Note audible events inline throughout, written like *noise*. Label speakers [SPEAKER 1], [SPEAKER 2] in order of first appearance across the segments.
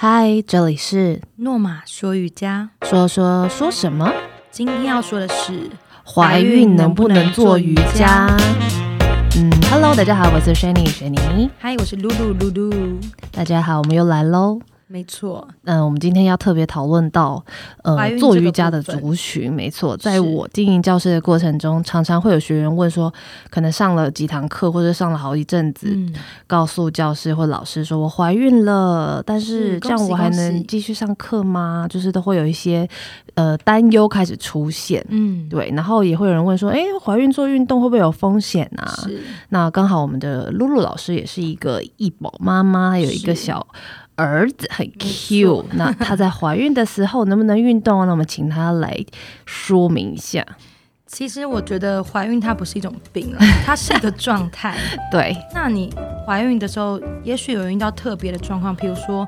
[SPEAKER 1] 嗨，这里是
[SPEAKER 2] 诺玛说瑜伽，
[SPEAKER 1] 说说说什么？
[SPEAKER 2] 今天要说的是
[SPEAKER 1] 怀孕能不能做瑜伽？嗯，Hello，大家好，我是 Shani 雪妮。
[SPEAKER 2] 嗨，我是露露露露，
[SPEAKER 1] 大家好，我们又来喽。
[SPEAKER 2] 没错，
[SPEAKER 1] 嗯，我们今天要特别讨论到
[SPEAKER 2] 怀
[SPEAKER 1] 呃
[SPEAKER 2] 孕
[SPEAKER 1] 做
[SPEAKER 2] 这个
[SPEAKER 1] 瑜伽
[SPEAKER 2] 部
[SPEAKER 1] 的
[SPEAKER 2] 分
[SPEAKER 1] 族群，没错，在
[SPEAKER 2] 是
[SPEAKER 1] 我经营教室的过程中，常常会有学员问说，可能上了几堂课或者上了好一阵子，
[SPEAKER 2] 嗯，
[SPEAKER 1] 告诉教师或老师说我怀孕了，但是
[SPEAKER 2] 是
[SPEAKER 1] 这
[SPEAKER 2] 嗯恭
[SPEAKER 1] 样
[SPEAKER 2] 喜
[SPEAKER 1] 我还
[SPEAKER 2] 恭
[SPEAKER 1] 能
[SPEAKER 2] 喜
[SPEAKER 1] 继续上课吗？就是都会有一些呃担忧开始出现。
[SPEAKER 2] 嗯，
[SPEAKER 1] 对，然后也会有人问说，诶，怀孕做运动会不会有风险啊？
[SPEAKER 2] 是，
[SPEAKER 1] 那刚好我们的露露老师也是一个易宝妈妈，有一个
[SPEAKER 2] 是
[SPEAKER 1] 小儿子，很
[SPEAKER 2] 没
[SPEAKER 1] Q
[SPEAKER 2] 错。
[SPEAKER 1] 那她在怀孕的时候能不能运动啊？那我们请她来说明一下。
[SPEAKER 2] 其实我觉得怀孕它不是一种
[SPEAKER 1] *laughs*
[SPEAKER 2] 病了，它是一个状态。
[SPEAKER 1] 对，
[SPEAKER 2] 那你怀孕的时候，也许有遇到特别的状况，比如说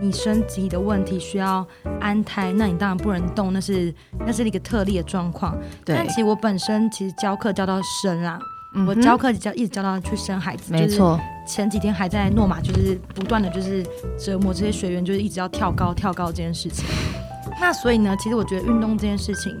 [SPEAKER 2] 你生理的问题需要安胎，那你当然不能动，那是那是一个特例的状况。
[SPEAKER 1] 对
[SPEAKER 2] 但其实我本身其实教课教到生啦，
[SPEAKER 1] 嗯
[SPEAKER 2] 我
[SPEAKER 1] 哼
[SPEAKER 2] 教课教一直教到去生孩子，
[SPEAKER 1] 没
[SPEAKER 2] 就是
[SPEAKER 1] 错，
[SPEAKER 2] 前几天还在诺马，就是不断的就是折磨这些学员，就是一直要跳高跳高这件事情。那所以呢，其实我觉得运动这件事情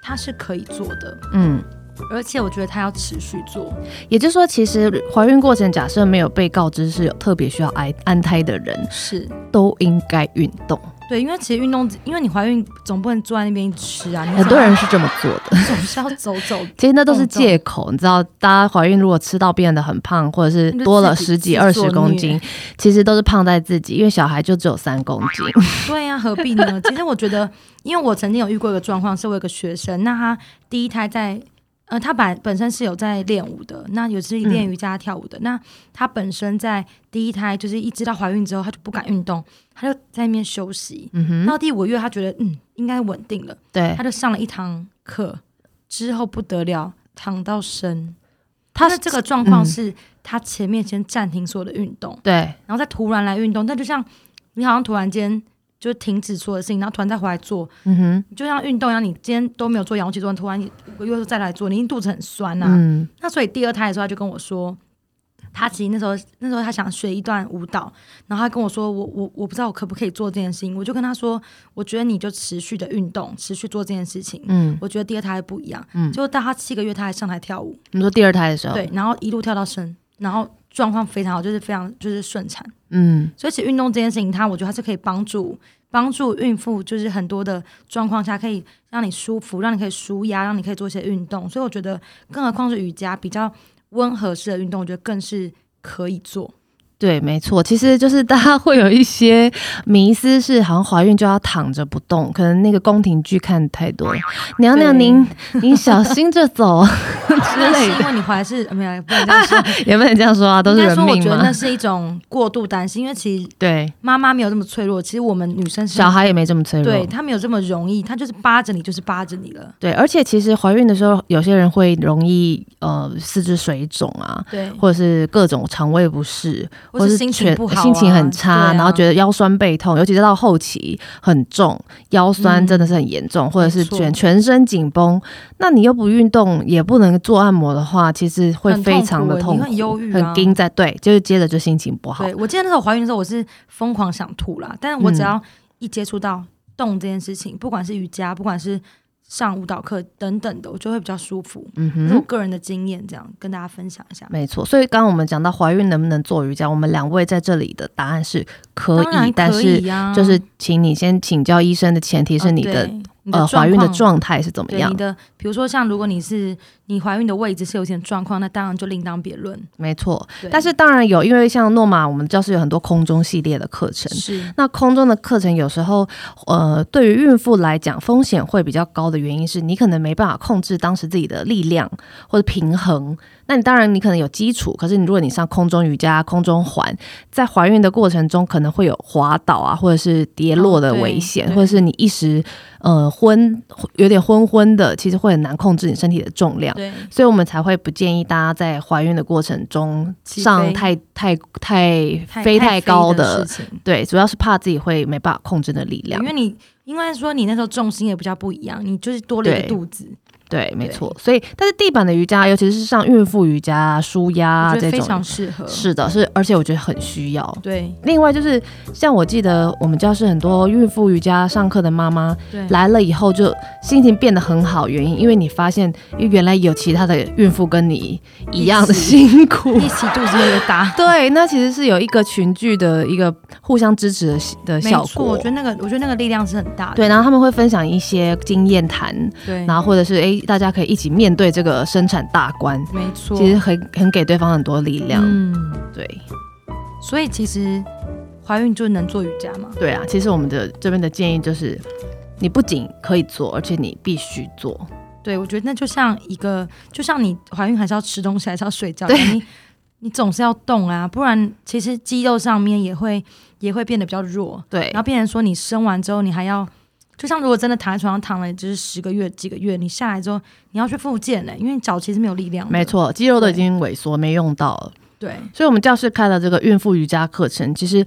[SPEAKER 2] 它是可以做的，
[SPEAKER 1] 嗯。
[SPEAKER 2] 而且我觉得它要持续做。
[SPEAKER 1] 也就是说，其实怀孕过程假设没有被告知是有特别需要安安胎的人，
[SPEAKER 2] 是
[SPEAKER 1] 都应该运动。
[SPEAKER 2] 对，因为其实运动，因为你怀孕总不能坐在那边一直吃啊，你
[SPEAKER 1] 很多人是这么做的，
[SPEAKER 2] 总是要走走。
[SPEAKER 1] 其实那都是借口。你知道，大家怀孕如果吃到变得很胖，或者是多了十几二十公斤，其实都是胖在自己，因为小孩就只有三公斤。
[SPEAKER 2] 对呀、何必
[SPEAKER 1] *laughs*
[SPEAKER 2] 呢？其实我觉得，因为我曾经有遇过一个状况，是我有个学生，那他第一胎在，呃，他本本身是有在练舞的，那有是练瑜伽跳
[SPEAKER 1] 嗯
[SPEAKER 2] 舞的，那他本身在第一胎就是一知道怀孕之后，他就不敢运动，他就在那边休息。
[SPEAKER 1] 嗯哼，
[SPEAKER 2] 到第五个月，他觉得嗯应该稳定了，
[SPEAKER 1] 对
[SPEAKER 2] 他，就上了一堂课，之后不得了，躺到生。
[SPEAKER 1] 他
[SPEAKER 2] 那
[SPEAKER 1] 是
[SPEAKER 2] 这个状况
[SPEAKER 1] 嗯
[SPEAKER 2] 是他前面先暂停所有的运动。
[SPEAKER 1] 对，
[SPEAKER 2] 然后再突然来运动，但就像你好像突然间就停止所有的事情，然后突然再回来做，
[SPEAKER 1] 嗯哼，
[SPEAKER 2] 你就像运动一样，你今天都没有做仰卧起坐，突然你又再来做，你一定肚子很酸呐、
[SPEAKER 1] 嗯，
[SPEAKER 2] 那所以第二胎的时候，他就跟我说，他其实那时候那时候他想学一段舞蹈，然后他跟我说，我我我不知道我可不可以做这件事情，我就跟他说，我觉得你就持续的运动，持续做这件事情。
[SPEAKER 1] 嗯，
[SPEAKER 2] 我觉得第二胎不一样，
[SPEAKER 1] 嗯哦
[SPEAKER 2] 结果到他七个月，他还上台跳舞，
[SPEAKER 1] 你说第二胎的时候，，
[SPEAKER 2] 对，然后一路跳到生，然后状况非常好，就是非常就是顺产。
[SPEAKER 1] 嗯，
[SPEAKER 2] 所以其实运动这件事情，它我觉得它是可以帮助帮助孕妇，就是很多的状况下可以让你舒服，让你可以舒压，让你可以做一些运动。所以我觉得，更何况是瑜伽比较温和式的运动，我觉得更是可以做。
[SPEAKER 1] 对，没错，其实就是大家会有一些迷思，是好像怀孕就要躺着不动，可能那个宫廷剧看太多了。娘娘
[SPEAKER 2] 对 *laughs*
[SPEAKER 1] 您您小心着走 *laughs* 之
[SPEAKER 2] 那是
[SPEAKER 1] 类
[SPEAKER 2] 因
[SPEAKER 1] 的，
[SPEAKER 2] 为你怀的是呃没有，不能这样说，
[SPEAKER 1] 也不能这样说啊，都
[SPEAKER 2] 应
[SPEAKER 1] 是
[SPEAKER 2] 该
[SPEAKER 1] 人
[SPEAKER 2] 说我
[SPEAKER 1] 命
[SPEAKER 2] 觉得
[SPEAKER 1] 嘛
[SPEAKER 2] 那。是一种过度担心，因为其实
[SPEAKER 1] 对，
[SPEAKER 2] 妈妈没有这么脆弱，其实我们女生是
[SPEAKER 1] 小。孩也没这么脆弱。
[SPEAKER 2] 对她没有这么容易，她就是扒着你，就是扒着你了。
[SPEAKER 1] 对而且其实怀孕的时候，有些人会容易呃四肢水肿啊，
[SPEAKER 2] 对，
[SPEAKER 1] 或者是各种肠胃不适，
[SPEAKER 2] 或是
[SPEAKER 1] 是
[SPEAKER 2] 心情
[SPEAKER 1] 全
[SPEAKER 2] 不好啊、
[SPEAKER 1] 心情很差，
[SPEAKER 2] 对啊
[SPEAKER 1] 然后觉得腰酸背痛，尤其是到后期很重，腰酸真的是很严重，或者是
[SPEAKER 2] 嗯没错
[SPEAKER 1] 全全身紧绷。那你又不运动，也不能做按摩的话，其实会
[SPEAKER 2] 很
[SPEAKER 1] 非
[SPEAKER 2] 痛
[SPEAKER 1] 常
[SPEAKER 2] 苦
[SPEAKER 1] 的
[SPEAKER 2] 欸你
[SPEAKER 1] 痛苦，
[SPEAKER 2] 会忧郁啊
[SPEAKER 1] 很盯在对，就是接着就心情不好。
[SPEAKER 2] 对我记得那时候怀孕的时候，我是疯狂想吐啦，但是我只
[SPEAKER 1] 嗯
[SPEAKER 2] 要一接触到动这件事情，不管是瑜伽，不管是上舞蹈课等等的，我就会比较舒服。
[SPEAKER 1] 嗯
[SPEAKER 2] 这是我
[SPEAKER 1] 哼。
[SPEAKER 2] 个人的经验，这样跟大家分享一下。
[SPEAKER 1] 没错，所以刚刚我们讲到怀孕能不能做瑜伽，我们两位在这里的答案是可以，
[SPEAKER 2] 当然
[SPEAKER 1] 但
[SPEAKER 2] 可
[SPEAKER 1] 是
[SPEAKER 2] 以呀、
[SPEAKER 1] 就是请你先请教医生的前提是你的、
[SPEAKER 2] 嗯啊对你
[SPEAKER 1] 呃怀孕的
[SPEAKER 2] 状况。
[SPEAKER 1] 状态是怎么
[SPEAKER 2] 对
[SPEAKER 1] 样
[SPEAKER 2] 你？的，比如说像如果你是你怀孕的位置是有点状况，那当然就另当别论。
[SPEAKER 1] 没错，
[SPEAKER 2] 对
[SPEAKER 1] 但是当然有，因为像诺玛，我们教室有很多空中系列的课程。
[SPEAKER 2] 是
[SPEAKER 1] 那空中的课程有时候，呃，对于孕妇来讲，风险会比较高的原因是你可能没办法控制当时自己的力量或者平衡。那你当然你可能有基础，可是你如果你上空中瑜伽、空中环，在怀孕的过程中可能会有滑倒啊，或者是跌落的
[SPEAKER 2] 哦对
[SPEAKER 1] 危险，
[SPEAKER 2] 对
[SPEAKER 1] 或者是你一时呃昏有点昏昏的，其实会很难控制你身体的重量。
[SPEAKER 2] 对，
[SPEAKER 1] 所以我们才会不建议大家在怀孕的过程中
[SPEAKER 2] 起飞
[SPEAKER 1] 上太太太
[SPEAKER 2] 太
[SPEAKER 1] 飞
[SPEAKER 2] 太
[SPEAKER 1] 太高
[SPEAKER 2] 的
[SPEAKER 1] 的，
[SPEAKER 2] 事情，
[SPEAKER 1] 对，主要是怕自己会没办法控制的力量
[SPEAKER 2] 因。为你应该说你那时候重心也比较不一样，你就是多了一
[SPEAKER 1] 对
[SPEAKER 2] 个肚子，
[SPEAKER 1] 对，没错。所以，但是地板的瑜伽，尤其是上孕妇瑜伽啊、舒压啊
[SPEAKER 2] 我觉
[SPEAKER 1] 这
[SPEAKER 2] 得非
[SPEAKER 1] 种
[SPEAKER 2] 常，适合。
[SPEAKER 1] 是的，是，而且我觉得很需要。
[SPEAKER 2] 对
[SPEAKER 1] 另外就是，像我记得我们教室很多孕妇瑜伽上课的妈妈
[SPEAKER 2] 对，
[SPEAKER 1] 来了以后，就心情变得很好，原因因为你发现，因为原来有其他的孕妇跟你一样的
[SPEAKER 2] 一起
[SPEAKER 1] 辛苦。
[SPEAKER 2] 一，起肚子越
[SPEAKER 1] *laughs*
[SPEAKER 2] 大
[SPEAKER 1] 对，那其实是有一个群聚的一个互相支持的的
[SPEAKER 2] 没
[SPEAKER 1] 效
[SPEAKER 2] 错，
[SPEAKER 1] 果
[SPEAKER 2] 我觉。得那个，我觉得那个力量是很大的。
[SPEAKER 1] 对，然后他们会分享一些经验谈，
[SPEAKER 2] 对，
[SPEAKER 1] 然后或者是诶，大家可以一起面对这个生产大关，
[SPEAKER 2] 没错，
[SPEAKER 1] 其实很很给对方很多力量。
[SPEAKER 2] 嗯，
[SPEAKER 1] 对
[SPEAKER 2] 所以其实怀孕就能做瑜伽嘛？
[SPEAKER 1] 对啊，其实我们的这边的建议就是，你不仅可以做，而且你必须做。
[SPEAKER 2] 对，我觉得那就像一个，就像你怀孕还是要吃东西，还是要睡觉一样，你你总是要动啊，不然其实肌肉上面也会也会变得比较弱，
[SPEAKER 1] 对
[SPEAKER 2] 然后变成说你生完之后你还要。就像如果真的躺在床上躺了就是十个月几个月，你下来之后你要去复健呢、因为你脚其实没有力量的。
[SPEAKER 1] 没错，肌肉都已经萎缩，没用到了。
[SPEAKER 2] 对，
[SPEAKER 1] 所以我们教室开了这个孕妇瑜伽课程，其实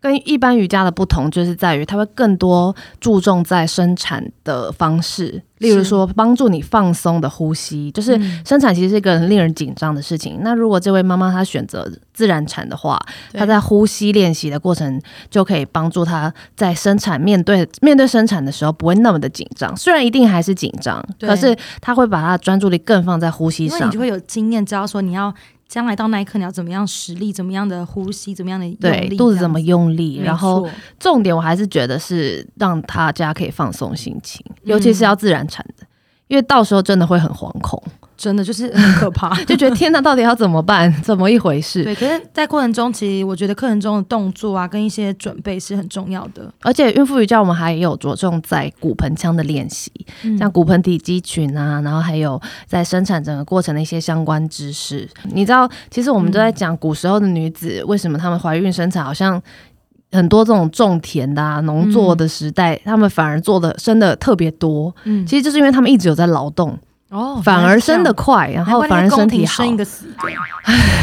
[SPEAKER 1] 跟一般瑜伽的不同，就是在于它会更多注重在生产的方式，例如说帮助你放松的呼吸，就是。
[SPEAKER 2] 嗯
[SPEAKER 1] 生产其实是一个很令人紧张的事情。那如果这位妈妈她选择自然产的话，
[SPEAKER 2] 对
[SPEAKER 1] 她在呼吸练习的过程就可以帮助她在生产面对面对生产的时候不会那么的紧张。虽然一定还是紧张，
[SPEAKER 2] 对
[SPEAKER 1] 可是她会把她的专注力更放在呼吸
[SPEAKER 2] 因为你
[SPEAKER 1] 上
[SPEAKER 2] 就。会有经验，知道说你要将来到那一刻你要怎么样实力，怎么样的呼吸，怎么样的用
[SPEAKER 1] 对
[SPEAKER 2] 力，
[SPEAKER 1] 肚
[SPEAKER 2] 这
[SPEAKER 1] 子
[SPEAKER 2] 样
[SPEAKER 1] 怎么用力，
[SPEAKER 2] 没
[SPEAKER 1] 然后
[SPEAKER 2] 错
[SPEAKER 1] 重点我还是觉得是让大家可以放松心情，
[SPEAKER 2] 嗯
[SPEAKER 1] 尤其是要自然产的，因为到时候真的会很惶恐，
[SPEAKER 2] 真的就是很可 *laughs* 怕，
[SPEAKER 1] 就觉得天哪，到底要怎么办？怎么一回事？
[SPEAKER 2] 对，可是，在过程中，其实我觉得课程中的动作啊，跟一些准备是很重要的。
[SPEAKER 1] 而且孕妇瑜伽我们还有着重在骨盆腔的练习，
[SPEAKER 2] 嗯
[SPEAKER 1] 像骨盆底肌群啊，然后还有在生产整个过程的一些相关知识。你知道，其实我们都在讲古时候的女子为什么她们怀孕生产好像。很多这种种田的、啊、农作的时代，她们反而做的生的特别多，
[SPEAKER 2] 嗯
[SPEAKER 1] 其实就是因为她们一直有在劳动，
[SPEAKER 2] 哦
[SPEAKER 1] 反而生得快，然后反而身体好
[SPEAKER 2] 生，一个死的，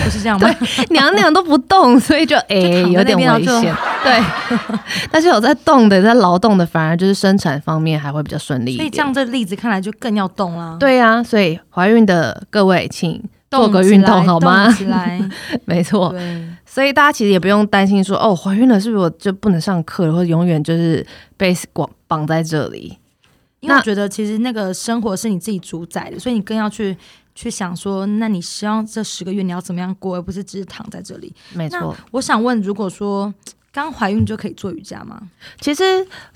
[SPEAKER 2] 不是这 *laughs* 样吗？
[SPEAKER 1] *laughs* 娘娘都不动，所以就诶、
[SPEAKER 2] 就躺在
[SPEAKER 1] 有点
[SPEAKER 2] 那边
[SPEAKER 1] 危险。
[SPEAKER 2] *laughs*
[SPEAKER 1] 对， *laughs* 但是有在动的，在劳动的，反而就是生产方面还会比较顺利
[SPEAKER 2] 所
[SPEAKER 1] 一
[SPEAKER 2] 以这样
[SPEAKER 1] 点。
[SPEAKER 2] 这例子看来就更要动啦。，
[SPEAKER 1] 对呀、所以怀孕的各位，请
[SPEAKER 2] 动
[SPEAKER 1] 做个
[SPEAKER 2] 起
[SPEAKER 1] 运
[SPEAKER 2] 来
[SPEAKER 1] 动好吗
[SPEAKER 2] 动哦起 *laughs* 来，
[SPEAKER 1] *laughs* 没错。
[SPEAKER 2] 对，
[SPEAKER 1] 所以大家其实也不用担心说，哦，怀孕了是不是我就不能上课了，或者永远就是被绑绑在这里？
[SPEAKER 2] 因为我
[SPEAKER 1] 那
[SPEAKER 2] 觉得其实那个生活是你自己主宰的，所以你更要去去想说，那你希望这十个月你要怎么样过，而不是只是躺在这里。
[SPEAKER 1] 没错。
[SPEAKER 2] 我想问，如果说刚怀孕就可以做瑜伽吗？
[SPEAKER 1] 其实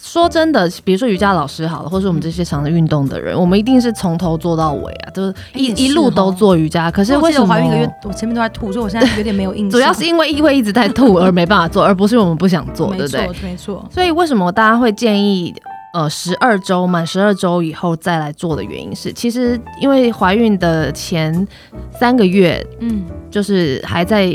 [SPEAKER 1] 说真的，比如说瑜伽老师
[SPEAKER 2] 嗯
[SPEAKER 1] 好了，或是我们这些常运动的人，我们一定是从头做到尾啊，就是一、
[SPEAKER 2] 哎也是
[SPEAKER 1] 一路都做瑜伽。可
[SPEAKER 2] 可
[SPEAKER 1] 是为什么
[SPEAKER 2] 我怀孕一个月，我前面都在吐，所以我现在有点没有印象。
[SPEAKER 1] *laughs* 主要是因为因为一直在吐而没办法做，而不是我们不想做，
[SPEAKER 2] 没
[SPEAKER 1] 对不对？
[SPEAKER 2] 错，没错。
[SPEAKER 1] 所以为什么大家会建议呃十二周满十二周以后再来做的原因是，其实因为怀孕的前三个月
[SPEAKER 2] 嗯，
[SPEAKER 1] 就是还在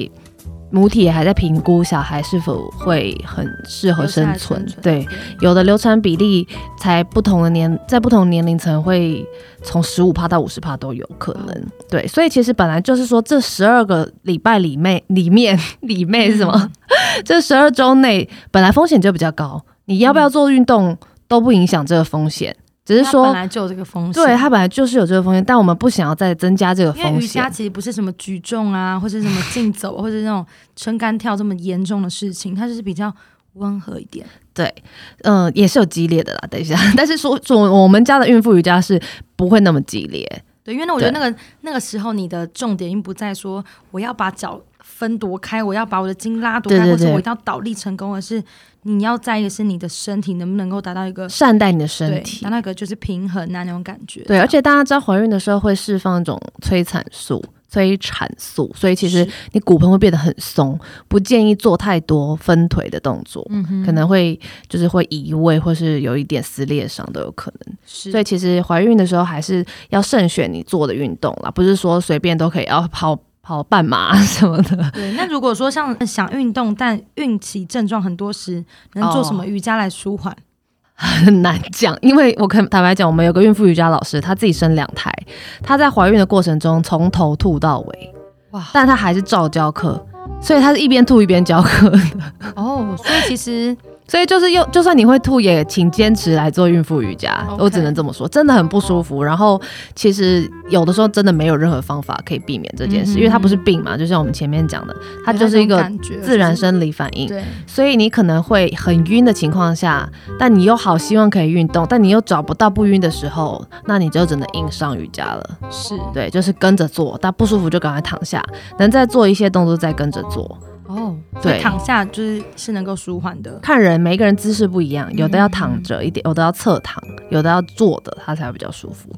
[SPEAKER 1] 母体也还在评估小孩是否会很适合生存，对。有的流产比例才不同的年，在不同年龄层会从十五趴到五十趴都有可能。
[SPEAKER 2] 嗯
[SPEAKER 1] 对，所以其实本来就是说，这十二个礼拜里面，里面里面是什么？
[SPEAKER 2] 嗯
[SPEAKER 1] *laughs* 这十二周内本来风险就比较高，你要不
[SPEAKER 2] 嗯
[SPEAKER 1] 要做运动都不影响这个风险，只
[SPEAKER 2] 只
[SPEAKER 1] 是
[SPEAKER 2] 本
[SPEAKER 1] 说。
[SPEAKER 2] 来就有这个风险，
[SPEAKER 1] 对，它本来就是有这个风险，但我们不想要再增加这个
[SPEAKER 2] 因为
[SPEAKER 1] 风
[SPEAKER 2] 瑜伽
[SPEAKER 1] 险。
[SPEAKER 2] 其实不是什么举重啊，或者什么竞走，或者那种撑杆跳这么严重的事情，它就是比较温和一点。
[SPEAKER 1] 嗯、也是有激烈的啦。等一下， *laughs* 但是说说我们家的孕妇瑜伽是不会那么激烈，
[SPEAKER 2] 对，因为呢，我觉得
[SPEAKER 1] 对
[SPEAKER 2] 那个那个时候你的重点并不在说我要把脚分多开，我要把我的筋拉多开，
[SPEAKER 1] 对对
[SPEAKER 2] 或者
[SPEAKER 1] 对
[SPEAKER 2] 我一定要倒立成功，而是你要在意的是你的身体能不能够达到一个
[SPEAKER 1] 善待你的
[SPEAKER 2] 对
[SPEAKER 1] 身体，
[SPEAKER 2] 达到一个就是平衡啊那种感觉。
[SPEAKER 1] 对，而且大家知道怀孕的时候会释放一种催产素。催产素，所以其实
[SPEAKER 2] 是
[SPEAKER 1] 你骨盆会变得很松，不建议做太多分腿的动作，
[SPEAKER 2] 嗯哼
[SPEAKER 1] 可能会就是会移位，或是有一点撕裂伤都有可能。
[SPEAKER 2] 是
[SPEAKER 1] 所以其实怀孕的时候还是要慎选你做的运动啦，不是说随便都可以要跑跑半马啊什么的。
[SPEAKER 2] 对，那如果说像想运动，但孕期症状很多时，能做什
[SPEAKER 1] 哦
[SPEAKER 2] 么瑜伽来舒缓？
[SPEAKER 1] 很难讲，因为我跟坦白讲，我们有个孕妇瑜伽老师，她自己生两胎，她在怀孕的过程中从头吐到尾，
[SPEAKER 2] 哇，
[SPEAKER 1] 但她还是照教课，所以她是一边吐一边教课。
[SPEAKER 2] 哦，所以其实
[SPEAKER 1] 所以就是又就算你会吐，也请坚持来做孕妇瑜伽。
[SPEAKER 2] OK
[SPEAKER 1] 我只能这么说，真的很不舒服。然后其实有的时候真的没有任何方法可以避免这件事，
[SPEAKER 2] 嗯
[SPEAKER 1] 因为它不是病嘛，就像我们前面讲的， *laughs* 它
[SPEAKER 2] 有那
[SPEAKER 1] 就是一
[SPEAKER 2] 种
[SPEAKER 1] 个
[SPEAKER 2] 感觉
[SPEAKER 1] 自然
[SPEAKER 2] 就是
[SPEAKER 1] 生理反应。
[SPEAKER 2] 对，
[SPEAKER 1] 所以你可能会很晕的情况下，但你又好希望可以运动，但你又找不到不晕的时候，那你就只能硬上瑜伽了。
[SPEAKER 2] 是
[SPEAKER 1] 对，就是跟着做，但不舒服就赶快躺下，能再做一些动作再跟着做。
[SPEAKER 2] 哦，所以
[SPEAKER 1] 对
[SPEAKER 2] 躺下就是是能够舒缓的。
[SPEAKER 1] 看人，每个人姿势不一样，
[SPEAKER 2] 嗯
[SPEAKER 1] 有的要躺着一点，有的要侧躺，有的要坐的，它才会比较舒服。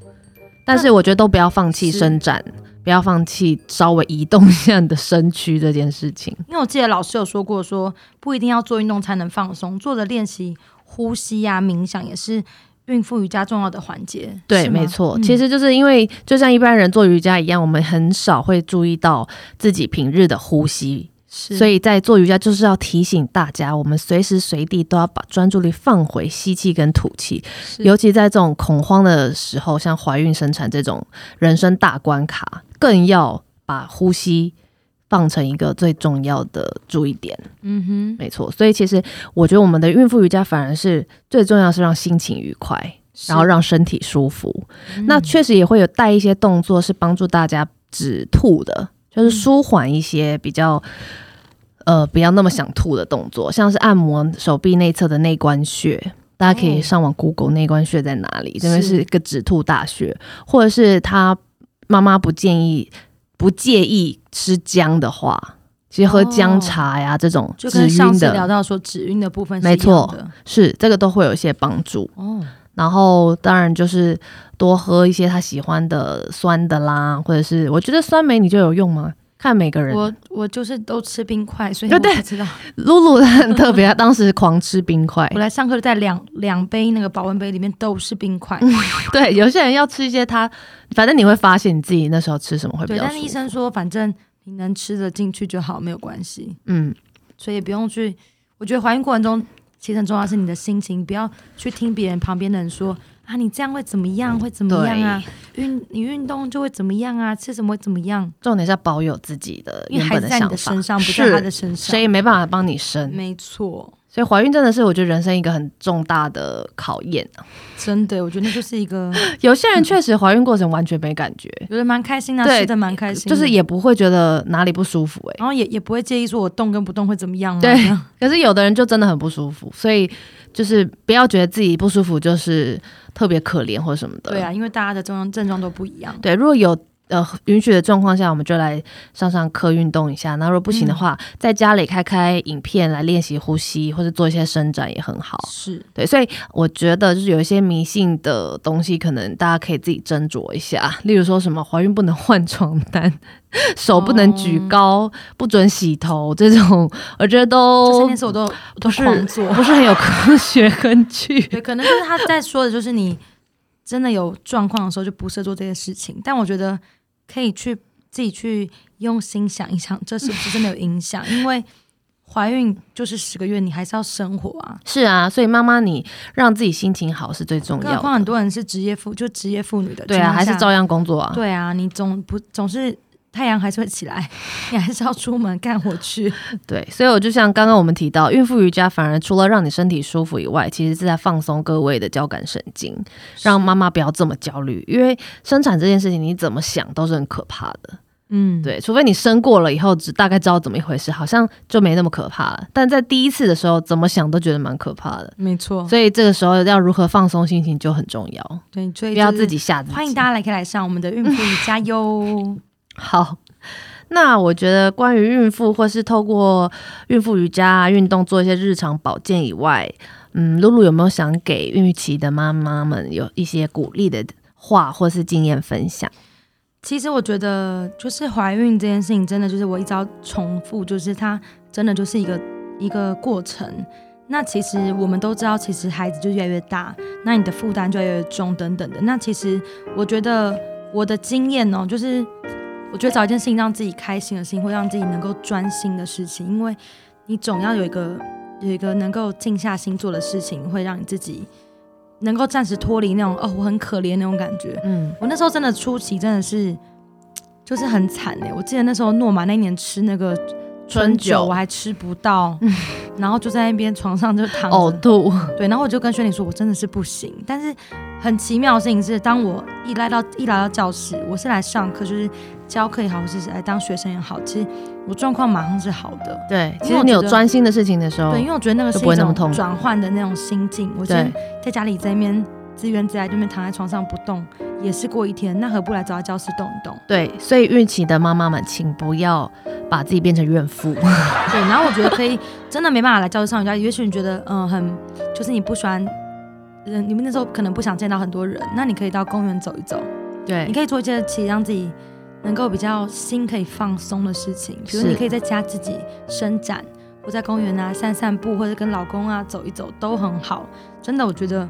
[SPEAKER 1] 但是我觉得都不要放弃
[SPEAKER 2] 是
[SPEAKER 1] 伸展，不要放弃稍微移动一下你的身躯这件事情。
[SPEAKER 2] 因为我记得老师有说过说不一定要做运动才能放松，做着练习呼吸呀、冥想也是孕妇瑜伽重要的环节。
[SPEAKER 1] 对，
[SPEAKER 2] 是吗
[SPEAKER 1] 没错，
[SPEAKER 2] 嗯
[SPEAKER 1] 其实就是因为就像一般人做瑜伽一样，我们很少会注意到自己平日的呼吸，
[SPEAKER 2] 是，
[SPEAKER 1] 所以在做瑜伽就是要提醒大家，我们随时随地都要把专注力放回吸气跟吐气，
[SPEAKER 2] 是
[SPEAKER 1] 尤其在这种恐慌的时候，像怀孕、生产这种人生大关卡，更要把呼吸。放成一个最重要的注意点，
[SPEAKER 2] 嗯哼，
[SPEAKER 1] 没错。所以其实我觉得我们的孕妇瑜伽反而是最重要，是让心情愉快，
[SPEAKER 2] 是
[SPEAKER 1] 然后让身体舒服。
[SPEAKER 2] 嗯
[SPEAKER 1] 那确实也会有带一些动作是帮助大家止吐的，
[SPEAKER 2] 嗯
[SPEAKER 1] 就是舒缓一些比较。呃，不要那么想吐的动作，像是按摩手臂内侧的内关穴，大家可以
[SPEAKER 2] 哦
[SPEAKER 1] 上网 Google 内关穴在哪里，这边
[SPEAKER 2] 是
[SPEAKER 1] 是一个止吐大穴，或者是他妈妈不建议不介意吃姜的话，其实喝姜
[SPEAKER 2] 哦
[SPEAKER 1] 茶呀、这种
[SPEAKER 2] 就
[SPEAKER 1] 止
[SPEAKER 2] 跟上
[SPEAKER 1] 晕
[SPEAKER 2] 次聊
[SPEAKER 1] 的，
[SPEAKER 2] 到说止晕的部分是
[SPEAKER 1] 没
[SPEAKER 2] 一样
[SPEAKER 1] 错
[SPEAKER 2] 的
[SPEAKER 1] 是这个都会有一些帮助。
[SPEAKER 2] 哦，
[SPEAKER 1] 然后当然就是多喝一些他喜欢的酸的啦，或者是我觉得酸梅你就有用吗？看每个人。
[SPEAKER 2] 我我就是都吃冰块，所
[SPEAKER 1] *laughs*
[SPEAKER 2] 以
[SPEAKER 1] 对
[SPEAKER 2] 我
[SPEAKER 1] 对
[SPEAKER 2] 不知道。
[SPEAKER 1] 露 *laughs* 露很特别，她啊当时狂吃冰块
[SPEAKER 2] 我。来上课就带两两杯那个保温杯，里面都是冰块。
[SPEAKER 1] 嗯对，有些人要吃一些他，反正你会发现你自己那时候吃什么会比
[SPEAKER 2] 对，
[SPEAKER 1] 较
[SPEAKER 2] 但
[SPEAKER 1] 舒
[SPEAKER 2] 是
[SPEAKER 1] 服。
[SPEAKER 2] 医生说，反正你能吃得进去就好，没有关系，
[SPEAKER 1] 嗯，
[SPEAKER 2] 所以也不用去。我觉得怀孕过程中，其实很重要的是你的心情，不要去听别人旁边的人说啊，你这样会怎么
[SPEAKER 1] 嗯
[SPEAKER 2] 样，会怎么样啊，运你运动就会怎么样啊，吃什么会怎么样，
[SPEAKER 1] 重点是要保有自己的
[SPEAKER 2] 因为
[SPEAKER 1] 原
[SPEAKER 2] 孩
[SPEAKER 1] 本
[SPEAKER 2] 子在
[SPEAKER 1] 想
[SPEAKER 2] 你
[SPEAKER 1] 法，
[SPEAKER 2] 的身上，不在他的
[SPEAKER 1] 是
[SPEAKER 2] 身上
[SPEAKER 1] 谁。也没办法帮你生，
[SPEAKER 2] 没错，
[SPEAKER 1] 所以怀孕真的是我觉得人生一个很重大的考验。啊
[SPEAKER 2] 真的，我觉得那就是一个，
[SPEAKER 1] 有些
[SPEAKER 2] 嗯
[SPEAKER 1] 人确实怀孕过程完全没感觉，
[SPEAKER 2] 有的蛮开心的、啊
[SPEAKER 1] 对
[SPEAKER 2] 吃的蛮开心
[SPEAKER 1] 就
[SPEAKER 2] 的，
[SPEAKER 1] 是也不会觉得哪里不舒服、欸，
[SPEAKER 2] 然后也也不会介意说我动跟不动会怎么样嘛。
[SPEAKER 1] 对
[SPEAKER 2] 这样，
[SPEAKER 1] 可是有的人就真的很不舒服，所以就是不要觉得自己不舒服就是特别可怜或什么的。
[SPEAKER 2] 对啊，因为大家的症状症状都不一样。
[SPEAKER 1] 对，如果有呃允许的状况下，我们就来上上课运动一下。那如果不行的话，
[SPEAKER 2] 嗯
[SPEAKER 1] 在家里开开影片来练习呼吸，或者做一些伸展也很好。
[SPEAKER 2] 是，
[SPEAKER 1] 对，所以我觉得就是有一些迷信的东西，可能大家可以自己斟酌一下。 *laughs* 例如说什么怀孕不能换床单，手不能举
[SPEAKER 2] 哦
[SPEAKER 1] 高，不准洗头这种，我觉得
[SPEAKER 2] 这
[SPEAKER 1] 都
[SPEAKER 2] 三件事我都
[SPEAKER 1] 不是
[SPEAKER 2] 狂做
[SPEAKER 1] 不是很有科学根据。
[SPEAKER 2] 对，可能就是他在说的，就是你真的有状况的时候，就不适合做这些事情。但我觉得可以去自己去用心想一想，这是不是真的有影响？因为怀孕就是十个月，你还是要生活啊。
[SPEAKER 1] *laughs* 是啊，所以妈妈，你让自己心情好是最重
[SPEAKER 2] 更何
[SPEAKER 1] 要的。
[SPEAKER 2] 况很多人是职业妇，就职业妇女的
[SPEAKER 1] 对
[SPEAKER 2] 情
[SPEAKER 1] 啊，
[SPEAKER 2] 况
[SPEAKER 1] 还是
[SPEAKER 2] 下
[SPEAKER 1] 照样工作啊。
[SPEAKER 2] 对啊，你总不总是太阳还是会起来，你还是要出门干活去。
[SPEAKER 1] 对，所以我就像刚刚我们提到，孕妇瑜伽反而除了让你身体舒服以外，其实是在放松各位的交感神经， *laughs* 让妈妈不要这么焦虑。因为生产这件事情，你怎么想都是很可怕的。
[SPEAKER 2] 嗯，
[SPEAKER 1] 对，除非你生过了以后，只大概知道怎么一回事，好像就没那么可怕了。但在第一次的时候，怎么想都觉得蛮可怕的。
[SPEAKER 2] 没错。
[SPEAKER 1] 所以这个时候要如何放松心情就很重要，
[SPEAKER 2] 对，所以
[SPEAKER 1] 不要
[SPEAKER 2] 就是
[SPEAKER 1] 自己吓自己。
[SPEAKER 2] 欢迎大家来可以来上我们的孕妇瑜伽 *laughs* 哟。
[SPEAKER 1] 好， *laughs* 那我觉得关于孕妇或是透过孕妇瑜伽啊运动做一些日常保健以外，嗯，露露有没有想给孕期的妈妈们有一些鼓励的话或是经验分享？
[SPEAKER 2] 其实我觉得，就是怀孕这件事情，真的就是我一直要重复，就是它真的就是一个一个过程。那其实我们都知道，其实孩子就越来越大，那你的负担就越来越重等等的。那其实我觉得我的经验哦，就是我觉得找一件事情让自己开心的事情，会让自己能够专心的事情，因为你总要有一个有一个能够静下心做的事情，会让你自己能够暂时脱离那种哦我很可怜那种感觉。
[SPEAKER 1] 嗯，
[SPEAKER 2] 我那时候真的初期真的是就是很欸惨哎、我记得那时候诺玛那一年吃那个
[SPEAKER 1] 春酒 *laughs*
[SPEAKER 2] 我还吃不到，然后就在那边床上就躺着
[SPEAKER 1] 呕吐，
[SPEAKER 2] 对，然后我就跟轩玲说，我真的是不行。但是很奇妙的事情是，当我一来到一来到教室，我是来上课，就是教课也好，或是来当学生也好，其实我状况马上是好的。
[SPEAKER 1] *laughs* 对，
[SPEAKER 2] 因为
[SPEAKER 1] 其实
[SPEAKER 2] 我
[SPEAKER 1] 你
[SPEAKER 2] 觉
[SPEAKER 1] 有
[SPEAKER 2] 得
[SPEAKER 1] 专心的事情的时候
[SPEAKER 2] 对，，因为我觉得那个
[SPEAKER 1] 哦就是不会
[SPEAKER 2] 一
[SPEAKER 1] 那么
[SPEAKER 2] 种
[SPEAKER 1] 痛
[SPEAKER 2] 转换的那种心境。我觉得
[SPEAKER 1] 对，
[SPEAKER 2] 在家里在那边自怨自艾，就那边躺在床上不动，也是过一天。那何不来找到教室动一动？
[SPEAKER 1] 对，所以孕期的妈妈们，请不要把自己变成怨
[SPEAKER 2] *laughs*
[SPEAKER 1] 妇。
[SPEAKER 2] 对，然后我觉得可以，真的没办法来教室上瑜伽。也许你觉得，嗯、很就是你不喜欢人，你们那时候可能不想见到很多人，那你可以到公园走一走，
[SPEAKER 1] 对
[SPEAKER 2] 你，可以做一些其实让自己能够比较心可以放松的事情，比如
[SPEAKER 1] 是
[SPEAKER 2] 你可以在家自己伸展，或在公园啊散散步，或者跟老公啊走一走都很好。真的，我觉得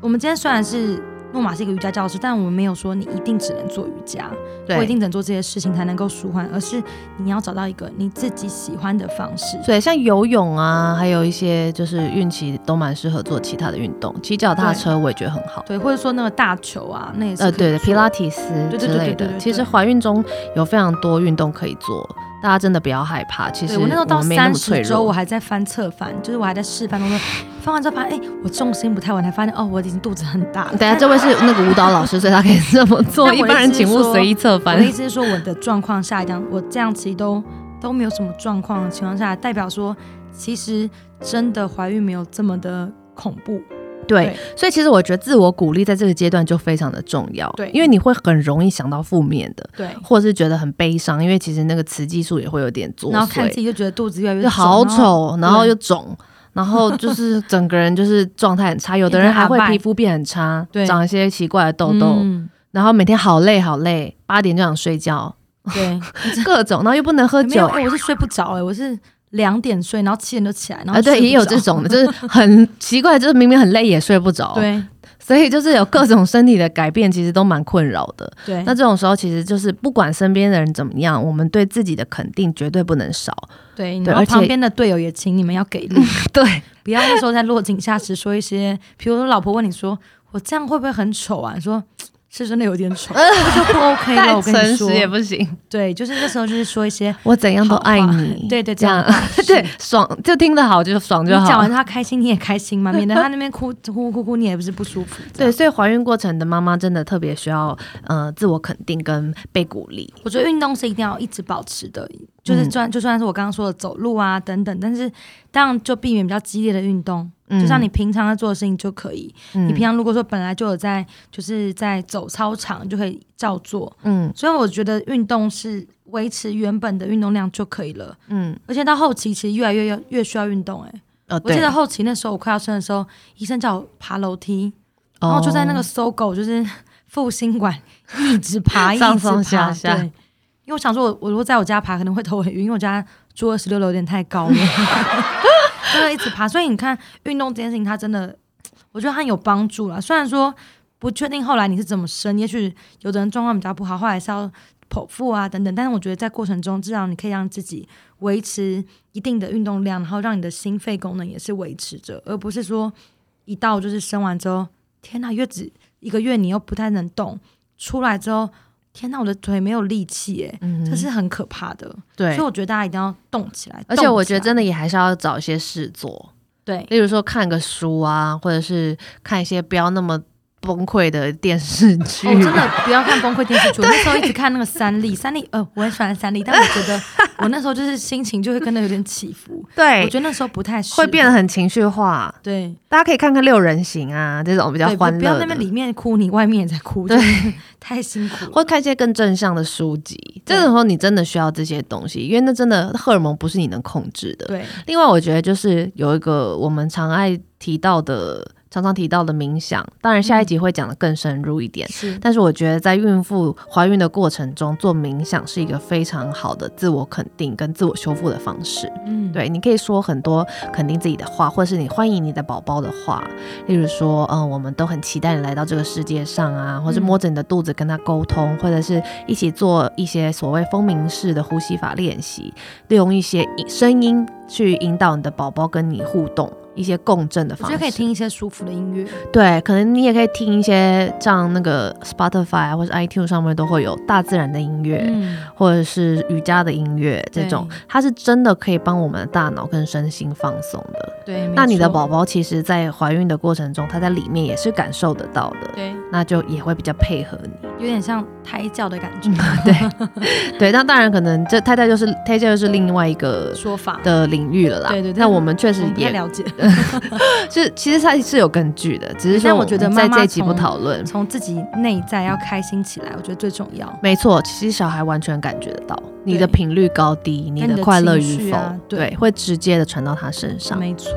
[SPEAKER 2] 我们今天虽然是。诺玛是一个瑜伽教师，但我们没有说你一定只能做瑜伽，或一
[SPEAKER 1] 对。
[SPEAKER 2] 定只能做这些事情才能够舒缓，而是你要找到一个你自己喜欢的方式。
[SPEAKER 1] 所以像游泳啊，还有一些就是孕期都蛮适合做其他的运动，骑脚踏车我也觉得很好。
[SPEAKER 2] 对，或者说那个大球啊，那也是
[SPEAKER 1] 呃，
[SPEAKER 2] 可以
[SPEAKER 1] 对的，
[SPEAKER 2] 做
[SPEAKER 1] 皮拉提斯
[SPEAKER 2] 对
[SPEAKER 1] 之
[SPEAKER 2] 对对对
[SPEAKER 1] 类
[SPEAKER 2] 对对
[SPEAKER 1] 的。
[SPEAKER 2] 对
[SPEAKER 1] 其实怀孕中有非常多运动可以做，大家真的不要害怕。其
[SPEAKER 2] 对
[SPEAKER 1] 实
[SPEAKER 2] 我那时候到
[SPEAKER 1] 们没那
[SPEAKER 2] 三
[SPEAKER 1] 么脆
[SPEAKER 2] 十周，我
[SPEAKER 1] 弱。
[SPEAKER 2] 还在翻侧翻，就是我还在示范动作，翻完之后发现，哎、我重心不太稳，才发现哦，我已经肚子很大了。 *laughs*
[SPEAKER 1] 等下，啊这位是那个舞蹈老师，所以他可以这么做。
[SPEAKER 2] 但
[SPEAKER 1] 一
[SPEAKER 2] 我的
[SPEAKER 1] 般人
[SPEAKER 2] 意思是
[SPEAKER 1] 请勿
[SPEAKER 2] 说
[SPEAKER 1] 随意侧
[SPEAKER 2] 我
[SPEAKER 1] 翻
[SPEAKER 2] 的。意思是说，我的状况下，这样我这样其实都都没有什么状况的情况下，代表说，其实真的怀孕没有这么的恐怖。
[SPEAKER 1] 对，所以其实我觉得自我鼓励在这个阶段就非常的重要。
[SPEAKER 2] 对
[SPEAKER 1] 因为你会很容易想到负面的，
[SPEAKER 2] 对，
[SPEAKER 1] 或是觉得很悲伤，因为其实那个雌激素也会有点作
[SPEAKER 2] 然后看自
[SPEAKER 1] 祟，
[SPEAKER 2] 己就觉得肚子越来越
[SPEAKER 1] 就好
[SPEAKER 2] 肿然啊后
[SPEAKER 1] 丑，然后又肿，然后
[SPEAKER 2] *laughs*
[SPEAKER 1] 就是整个人就是状态很差。有的人还会皮肤变很差
[SPEAKER 2] 对，
[SPEAKER 1] 长一些奇怪的痘痘，
[SPEAKER 2] 嗯
[SPEAKER 1] 然后每天好累好累，八点就想睡
[SPEAKER 2] *laughs*
[SPEAKER 1] 觉，
[SPEAKER 2] 对，
[SPEAKER 1] *laughs* 各种，然后又不能喝
[SPEAKER 2] 没有，
[SPEAKER 1] 酒。
[SPEAKER 2] 哎、我是睡不着，哎，我是两点睡，然后七点就起来，然后
[SPEAKER 1] 啊，对，
[SPEAKER 2] 睡不
[SPEAKER 1] 也有
[SPEAKER 2] 着
[SPEAKER 1] 这种的，
[SPEAKER 2] *laughs*
[SPEAKER 1] 就是很奇怪，就是明明很累也睡不着，，
[SPEAKER 2] 对
[SPEAKER 1] 所以就是有各种身体的改变，其实都蛮困扰的。 *laughs*
[SPEAKER 2] 对，
[SPEAKER 1] 那这种时候，其实就是不管身边的人怎么样，我们对自己的肯定绝对不能少。 *laughs*
[SPEAKER 2] 对，
[SPEAKER 1] 对
[SPEAKER 2] 然后
[SPEAKER 1] 而且
[SPEAKER 2] 旁边的队友也请你们要给力， *laughs*
[SPEAKER 1] 对，
[SPEAKER 2] 不要那时候在落井下石说一些，比如说老婆问你说我这样会不会很丑啊？你说是真的有点丑，我说不 OK 了，哎我跟你说，
[SPEAKER 1] 不行。
[SPEAKER 2] 对，就是那时候就是说一些
[SPEAKER 1] 我怎样都爱
[SPEAKER 2] 好
[SPEAKER 1] 你，
[SPEAKER 2] 对对
[SPEAKER 1] 这样 *laughs*
[SPEAKER 2] 这样话
[SPEAKER 1] 对
[SPEAKER 2] 是
[SPEAKER 1] 爽就听得好，就爽 *laughs*
[SPEAKER 2] 你
[SPEAKER 1] 就
[SPEAKER 2] 讲
[SPEAKER 1] 好
[SPEAKER 2] 完。他开心你也开心嘛，免得他那边哭哭哭哭你也不是不舒服。这
[SPEAKER 1] 对，
[SPEAKER 2] 样，
[SPEAKER 1] 所以怀孕过程的妈妈真的特别需要呃自我肯定跟被鼓励。
[SPEAKER 2] 我觉得运动是一定要一直保持的，就是
[SPEAKER 1] 嗯
[SPEAKER 2] 虽然就算是我刚刚说的走路啊等等，但是当然就避免比较激烈的运动，
[SPEAKER 1] 嗯
[SPEAKER 2] 就像你平常在做的事情就可以。你
[SPEAKER 1] 你
[SPEAKER 2] 平常如果说本来就有在，就是在走操场，就可以照做。
[SPEAKER 1] 嗯
[SPEAKER 2] 所以我觉得运动是维持原本的运动量就可以了。
[SPEAKER 1] 嗯
[SPEAKER 2] 而且到后期其实越来越要越需要运动、欸。
[SPEAKER 1] 哦，
[SPEAKER 2] 我记
[SPEAKER 1] 对
[SPEAKER 2] 得后期那时候我快要生的时候，医生叫我爬楼梯，然后我就在那个
[SPEAKER 1] 哦
[SPEAKER 2] 搜狗就是 *laughs* 复兴馆一直爬，
[SPEAKER 1] *laughs*
[SPEAKER 2] 一
[SPEAKER 1] 上
[SPEAKER 2] 直爬，
[SPEAKER 1] 上下下
[SPEAKER 2] 对。因为我想说我，我如果在我家爬可能会头很晕，因为我家住二十六楼有点太
[SPEAKER 1] *laughs*
[SPEAKER 2] 高了， *laughs* 真的一直爬。所以你看，运动这件事情，它真的，我觉得它有帮助啦。虽然说不确定后来你是怎么生，也许有的人状况比较不好，后来是要剖腹啊等等，但是我觉得在过程中，至少你可以让自己维持一定的运动量，然后让你的心肺功能也是维持着，而不是说一到就是生完之后，天哪，月子一个月你又不太能动，出来之后，天哪，我的腿没有力气耶、
[SPEAKER 1] 嗯
[SPEAKER 2] 这是很可怕的。
[SPEAKER 1] 对
[SPEAKER 2] 所以，我觉得大家一定要动起来，
[SPEAKER 1] 而且我
[SPEAKER 2] 动起
[SPEAKER 1] 觉
[SPEAKER 2] 来
[SPEAKER 1] 得真的也还是要找一些事做。
[SPEAKER 2] 对。
[SPEAKER 1] 例如说看个书啊，或者是看一些不要那么崩溃的电视剧。啊
[SPEAKER 2] 哦，真的不要看崩溃电视剧。我那时候一直看那个三立，三立呃，我很喜欢三立，但我觉得我那时候就是心情就会跟着有点
[SPEAKER 1] *laughs*
[SPEAKER 2] 起伏。我
[SPEAKER 1] 对
[SPEAKER 2] 觉，得那时候不太适合
[SPEAKER 1] 哎会变得很情绪化。
[SPEAKER 2] 对
[SPEAKER 1] 大家可以看看《六人行》啊，这种比较
[SPEAKER 2] 对，不
[SPEAKER 1] 欢乐的，
[SPEAKER 2] 不要那边里面哭，你外面也在哭，对，太辛苦了。
[SPEAKER 1] 或看一些更正向的书籍。这种时候你真的需要这些东西，因为那真的荷尔蒙不是你能控制的。
[SPEAKER 2] 对
[SPEAKER 1] 另外，我觉得就是有一个我们常爱提到的、常常提到的冥想，当然下一集会讲的更深入一点。
[SPEAKER 2] 是，
[SPEAKER 1] 但是我觉得，在孕妇怀孕的过程中做冥想是一个非常好的自我肯定跟自我修复的方式。
[SPEAKER 2] 嗯，
[SPEAKER 1] 对，你可以说很多肯定自己的话，或是你欢迎你的宝宝的话，例如说，嗯，我们都很期待你来到这个世界上啊，或是
[SPEAKER 2] 嗯
[SPEAKER 1] 摸着你的肚子跟他沟通，或者是一起做一些所谓风鸣式的呼吸法练习，利用一些音声音去引导你的宝宝跟你互动。一些共振的
[SPEAKER 2] 我
[SPEAKER 1] 方
[SPEAKER 2] 觉
[SPEAKER 1] 式。
[SPEAKER 2] 得可以听一些舒服的音乐，
[SPEAKER 1] 对，可能你也可以听一些像那个 Spotify 啊或者 iTunes 上面都会有大自然的音乐，
[SPEAKER 2] 嗯，
[SPEAKER 1] 或者是瑜伽的音乐这种
[SPEAKER 2] 对，
[SPEAKER 1] 它是真的可以帮我们的大脑跟身心放松的。
[SPEAKER 2] 对。没
[SPEAKER 1] 那你的
[SPEAKER 2] 错
[SPEAKER 1] 宝宝其实，在怀孕的过程中，他在里面也是感受得到的，
[SPEAKER 2] 对，
[SPEAKER 1] 那就也会比较配合你。 *laughs*
[SPEAKER 2] 有点像胎教的感觉、
[SPEAKER 1] 嗯
[SPEAKER 2] *laughs*
[SPEAKER 1] 对，那当然可能这太太就是胎教就是另外一个
[SPEAKER 2] 说法，
[SPEAKER 1] 的领域了啦。
[SPEAKER 2] 对对对
[SPEAKER 1] 那我们确实
[SPEAKER 2] 我们不太
[SPEAKER 1] 也
[SPEAKER 2] 了解。
[SPEAKER 1] 是，其实它是有根据的，只是
[SPEAKER 2] 但
[SPEAKER 1] 说
[SPEAKER 2] 我觉得
[SPEAKER 1] 们
[SPEAKER 2] 妈
[SPEAKER 1] 在
[SPEAKER 2] 妈
[SPEAKER 1] 这一集不
[SPEAKER 2] 从
[SPEAKER 1] 讨论。
[SPEAKER 2] 从自己内在要开心起来，我觉得最重要。
[SPEAKER 1] 没错，其实小孩完全感觉得到你的
[SPEAKER 2] 对
[SPEAKER 1] 频率高低，你
[SPEAKER 2] 跟你
[SPEAKER 1] 的
[SPEAKER 2] 的
[SPEAKER 1] 快乐
[SPEAKER 2] 情
[SPEAKER 1] 与
[SPEAKER 2] 绪
[SPEAKER 1] 否，
[SPEAKER 2] 啊对
[SPEAKER 1] 对，会直接的传到他身上。
[SPEAKER 2] 没错，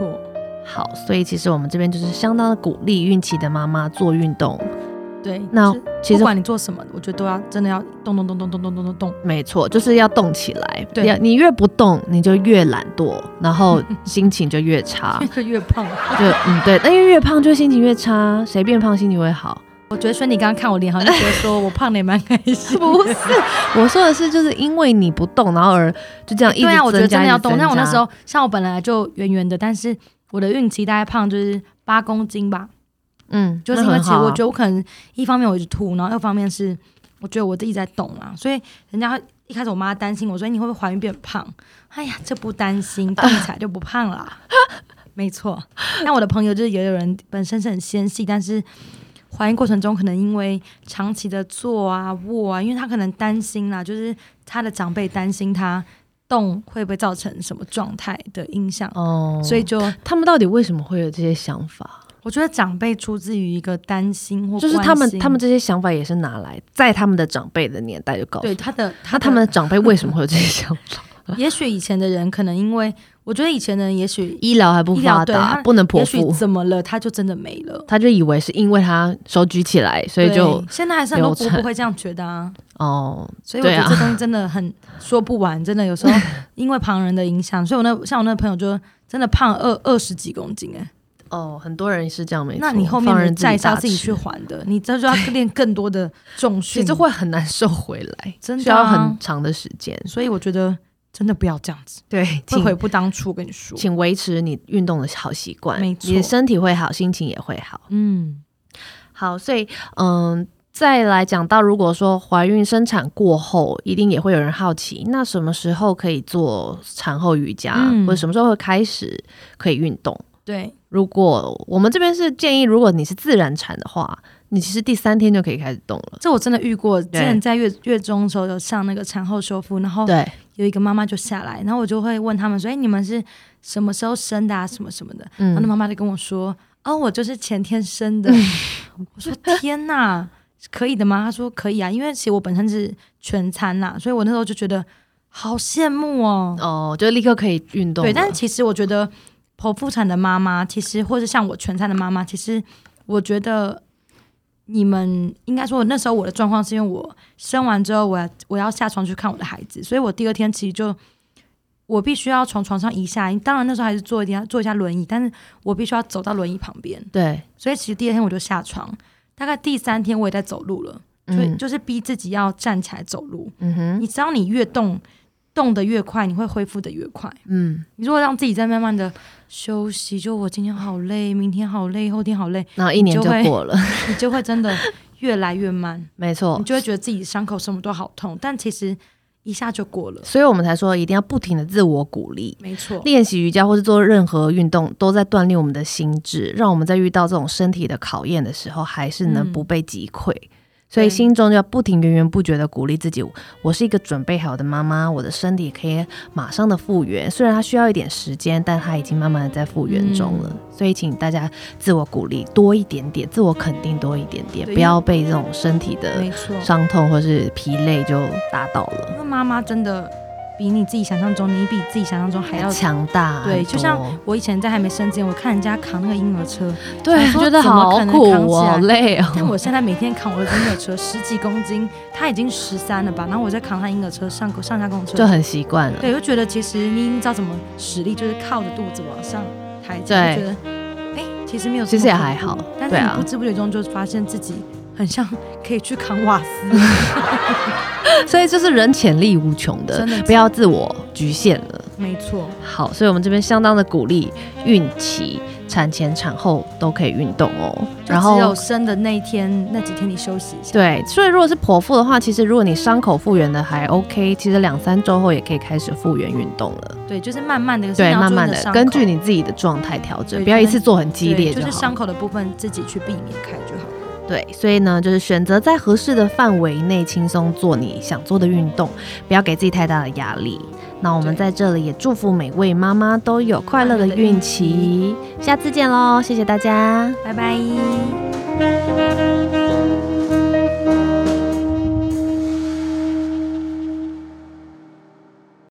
[SPEAKER 1] 好，所以其实我们这边就是相当的鼓励孕期的妈妈做运动。
[SPEAKER 2] 对。
[SPEAKER 1] 那
[SPEAKER 2] 就是
[SPEAKER 1] 其
[SPEAKER 2] 不
[SPEAKER 1] 实
[SPEAKER 2] 管你做什么，我觉得都要真的要动动动动动动动动动。
[SPEAKER 1] 没错，就是要动起来。
[SPEAKER 2] 对
[SPEAKER 1] 你你越不动，你就越懒惰，然后心情就 *laughs* 越
[SPEAKER 2] *laughs*
[SPEAKER 1] 差。
[SPEAKER 2] 越越胖，
[SPEAKER 1] 就嗯对，那因为越胖就心情越差，谁变胖心情会
[SPEAKER 2] *laughs*
[SPEAKER 1] 好？
[SPEAKER 2] 我觉得轩，你刚刚看我脸，好像觉得说我胖的也蛮开心。
[SPEAKER 1] *laughs* 不是，我说的是就是因为你不动，然后而就这样一直
[SPEAKER 2] *laughs* 对啊，我觉得真的要动。
[SPEAKER 1] 那
[SPEAKER 2] 但我那时候，像我本来就圆圆的，但是我的孕期大概胖就是八公斤吧，
[SPEAKER 1] 嗯，
[SPEAKER 2] 就是
[SPEAKER 1] 那
[SPEAKER 2] 因为
[SPEAKER 1] 很
[SPEAKER 2] 其实
[SPEAKER 1] 好
[SPEAKER 2] 我
[SPEAKER 1] 啊
[SPEAKER 2] 觉得我可能一方面我一直吐，然后二方面是我觉得我自己在动啊，所以人家一开始我妈担心我说你会不会怀孕变胖？哎呀，这不担心，动起来就不胖啦。 *laughs* 没错，那我的朋友就是也有人本身是很纤细，但是怀孕过程中可能因为长期的坐啊卧啊，因为她可能担心啦，就是她的长辈担心她动会不会造成什么状态的影响，
[SPEAKER 1] 哦，
[SPEAKER 2] 所以就
[SPEAKER 1] 他们到底为什么会有这些想法？
[SPEAKER 2] 我觉得长辈出自于一个担心或
[SPEAKER 1] 就是他
[SPEAKER 2] 关
[SPEAKER 1] 们
[SPEAKER 2] 心
[SPEAKER 1] 他们这些想法也是拿来在他们的长辈的年代就告诉
[SPEAKER 2] 对
[SPEAKER 1] 你，
[SPEAKER 2] 他的，
[SPEAKER 1] 那他们的长辈为什么会有这些想法？
[SPEAKER 2] 的，也许以前的人可能因为，我觉得以前的人也许
[SPEAKER 1] 医疗还不
[SPEAKER 2] 医
[SPEAKER 1] 发
[SPEAKER 2] 疗对
[SPEAKER 1] 达，
[SPEAKER 2] 他
[SPEAKER 1] 不能剖
[SPEAKER 2] 也许
[SPEAKER 1] 腹，
[SPEAKER 2] 怎么了，他就真的没了，
[SPEAKER 1] 他就以为是因为他手举起来，所以
[SPEAKER 2] 对
[SPEAKER 1] 就
[SPEAKER 2] 现在还是很
[SPEAKER 1] 流
[SPEAKER 2] 多婆
[SPEAKER 1] 产
[SPEAKER 2] 婆会这样觉得啊，
[SPEAKER 1] 哦，
[SPEAKER 2] 所以我
[SPEAKER 1] 对
[SPEAKER 2] 觉
[SPEAKER 1] 啊
[SPEAKER 2] 得这东西真的很说不完，真的有
[SPEAKER 1] *laughs*
[SPEAKER 2] 时候因为旁人的影响，所以我那像我那朋友就真的胖二二十几公斤哎、
[SPEAKER 1] 哦，很多人是这样没错。
[SPEAKER 2] 那你后
[SPEAKER 1] 放
[SPEAKER 2] 面
[SPEAKER 1] 任
[SPEAKER 2] 的债是要
[SPEAKER 1] 大
[SPEAKER 2] 自己
[SPEAKER 1] 吃
[SPEAKER 2] 去，还的，你这就要练更多的
[SPEAKER 1] *laughs*
[SPEAKER 2] 重
[SPEAKER 1] 其
[SPEAKER 2] 训，
[SPEAKER 1] 实会很难瘦回来，
[SPEAKER 2] 真
[SPEAKER 1] 需
[SPEAKER 2] 的、
[SPEAKER 1] 要
[SPEAKER 2] 啊、
[SPEAKER 1] 很，长的时间。
[SPEAKER 2] 所以我觉得真的不要这样子，
[SPEAKER 1] 对，
[SPEAKER 2] 会悔
[SPEAKER 1] 请
[SPEAKER 2] 不当初，我跟你说，
[SPEAKER 1] 请维持你运动的好习惯，
[SPEAKER 2] 没
[SPEAKER 1] 你的
[SPEAKER 2] 错
[SPEAKER 1] 身体会好，心情也会好。
[SPEAKER 2] 嗯。
[SPEAKER 1] 好，所以嗯，再来讲到，如果说怀孕生产过后，一定也会有人好奇，那什么时候可以做产后瑜伽，
[SPEAKER 2] 嗯
[SPEAKER 1] 或者什么时候会开始可以运动？
[SPEAKER 2] 对，
[SPEAKER 1] 如果我们这边是建议，如果你是自然产的话，你其实第三天就可以开始动了。
[SPEAKER 2] 这我真的遇过。之
[SPEAKER 1] 对
[SPEAKER 2] 前在月月中的时候有上那个产后修复，然后
[SPEAKER 1] 对，
[SPEAKER 2] 有一个妈妈就下来，然后我就会问他们说：“哎，你们是什么时候生的啊？什么什么的？”然后那
[SPEAKER 1] 嗯，
[SPEAKER 2] 妈妈就跟我说：“哦，我就是前天
[SPEAKER 1] *laughs*
[SPEAKER 2] 生的。我说：“天哪，可以的吗？”她说：“可以啊，因为其实我本身是全餐呐、所以我那时候就觉得好羡慕哦。
[SPEAKER 1] 哦，就立刻可以运动了。
[SPEAKER 2] 对，但是其实我觉得剖腹产的妈妈，其实或者像我全餐的妈妈，其实我觉得你们应该说，我那时候我的状况是因为我生完之后，我要我要下床去看我的孩子，所以我第二天其实就我必须要从床上移下，当然那时候还是坐一下坐一下轮椅，但是我必须要走到轮椅旁边，
[SPEAKER 1] 对，
[SPEAKER 2] 所以其实第二天我就下床，大概第三天我也在走路了，所以
[SPEAKER 1] 嗯
[SPEAKER 2] 就是逼自己要站起来走路。
[SPEAKER 1] 嗯哼，
[SPEAKER 2] 你只要你越动动得越快，你会恢复得越快。
[SPEAKER 1] 嗯，
[SPEAKER 2] 你如果让自己再慢慢的休息，就我今天好累，明天好累，后天好累， *laughs*
[SPEAKER 1] 然后一年
[SPEAKER 2] 你
[SPEAKER 1] 就
[SPEAKER 2] 就会
[SPEAKER 1] 过了，
[SPEAKER 2] 你就会真的越来越慢，
[SPEAKER 1] 没错
[SPEAKER 2] 你。就会觉得自己伤口什么都好痛，但其实一下就过了。
[SPEAKER 1] 所以我们才说一定要不停的自我鼓励，
[SPEAKER 2] 没错，
[SPEAKER 1] 练习瑜伽或是做任何运动，都在锻炼我们的心智，让我们在遇到这种身体的考验的时候，还是能
[SPEAKER 2] 嗯
[SPEAKER 1] 不被击溃。所以
[SPEAKER 2] 对
[SPEAKER 1] 心中要不停源源不绝的鼓励自己，我是一个准备好的妈妈，我的身体可以马上的复原。虽然它需要一点时间，但它已经慢慢的在复原中
[SPEAKER 2] 嗯
[SPEAKER 1] 了。所以请大家自我鼓励多一点点，自我肯定多一点点，
[SPEAKER 2] 对
[SPEAKER 1] 不要被这种身体的
[SPEAKER 2] 没错。
[SPEAKER 1] 伤痛或是疲累就打倒了。
[SPEAKER 2] 因为妈妈真的比你自己想象中，你比自己想象中
[SPEAKER 1] *laughs*
[SPEAKER 2] 还要。
[SPEAKER 1] 强大很多，
[SPEAKER 2] 对就像我以前在还没生之前，我看人家扛那个婴儿车，
[SPEAKER 1] 对，
[SPEAKER 2] 想说
[SPEAKER 1] 觉得
[SPEAKER 2] 怎么
[SPEAKER 1] 好
[SPEAKER 2] 可能
[SPEAKER 1] 苦
[SPEAKER 2] 扛起
[SPEAKER 1] 哦，
[SPEAKER 2] 来
[SPEAKER 1] 好累哦。
[SPEAKER 2] 但我现在每天扛我的婴儿车十几公斤，他已经十三了吧，然后我在扛他婴儿车上上下公车，
[SPEAKER 1] *laughs* 就很习惯了。
[SPEAKER 2] 对，就觉得其实你已经知道怎么使力，就是靠着肚子往上抬起来，就觉得哎、其实没有这
[SPEAKER 1] 其
[SPEAKER 2] 么恐怖，
[SPEAKER 1] 实也还好
[SPEAKER 2] 但
[SPEAKER 1] 对
[SPEAKER 2] 是
[SPEAKER 1] 啊
[SPEAKER 2] 你不知不觉中就发现自己很像 *laughs* 可以去扛瓦斯，
[SPEAKER 1] 所以就是人潜力无穷的
[SPEAKER 2] 真的，
[SPEAKER 1] 不要自我局限了。
[SPEAKER 2] 没错，
[SPEAKER 1] 好，所以我们这边相当的鼓励孕期、产前、产后都可以运动哦。
[SPEAKER 2] 就
[SPEAKER 1] 然
[SPEAKER 2] 只有
[SPEAKER 1] 后
[SPEAKER 2] 生的那一天那几天你休息一下。
[SPEAKER 1] 对，所以如果是剖腹的话，其实如果你伤口复原的还 OK，其实两三周后也可以开始复原运动了。
[SPEAKER 2] 对，就是慢慢的，
[SPEAKER 1] 对，慢慢的根据
[SPEAKER 2] 你
[SPEAKER 1] 你自己的状态调整，
[SPEAKER 2] 对
[SPEAKER 1] 不要一次做很激
[SPEAKER 2] 的伤口
[SPEAKER 1] 烈
[SPEAKER 2] 对就是
[SPEAKER 1] 好
[SPEAKER 2] 伤。口的部分自己去避免开就好了。
[SPEAKER 1] 对，所以呢，就是选择在合适的范围内轻松做你想做的运动，不要给自己太大的压力。那我们
[SPEAKER 2] 对
[SPEAKER 1] 在这里也祝福每位妈妈都有快乐的
[SPEAKER 2] 快乐的孕
[SPEAKER 1] 孕期，下次见喽，谢谢大家。
[SPEAKER 2] 拜拜。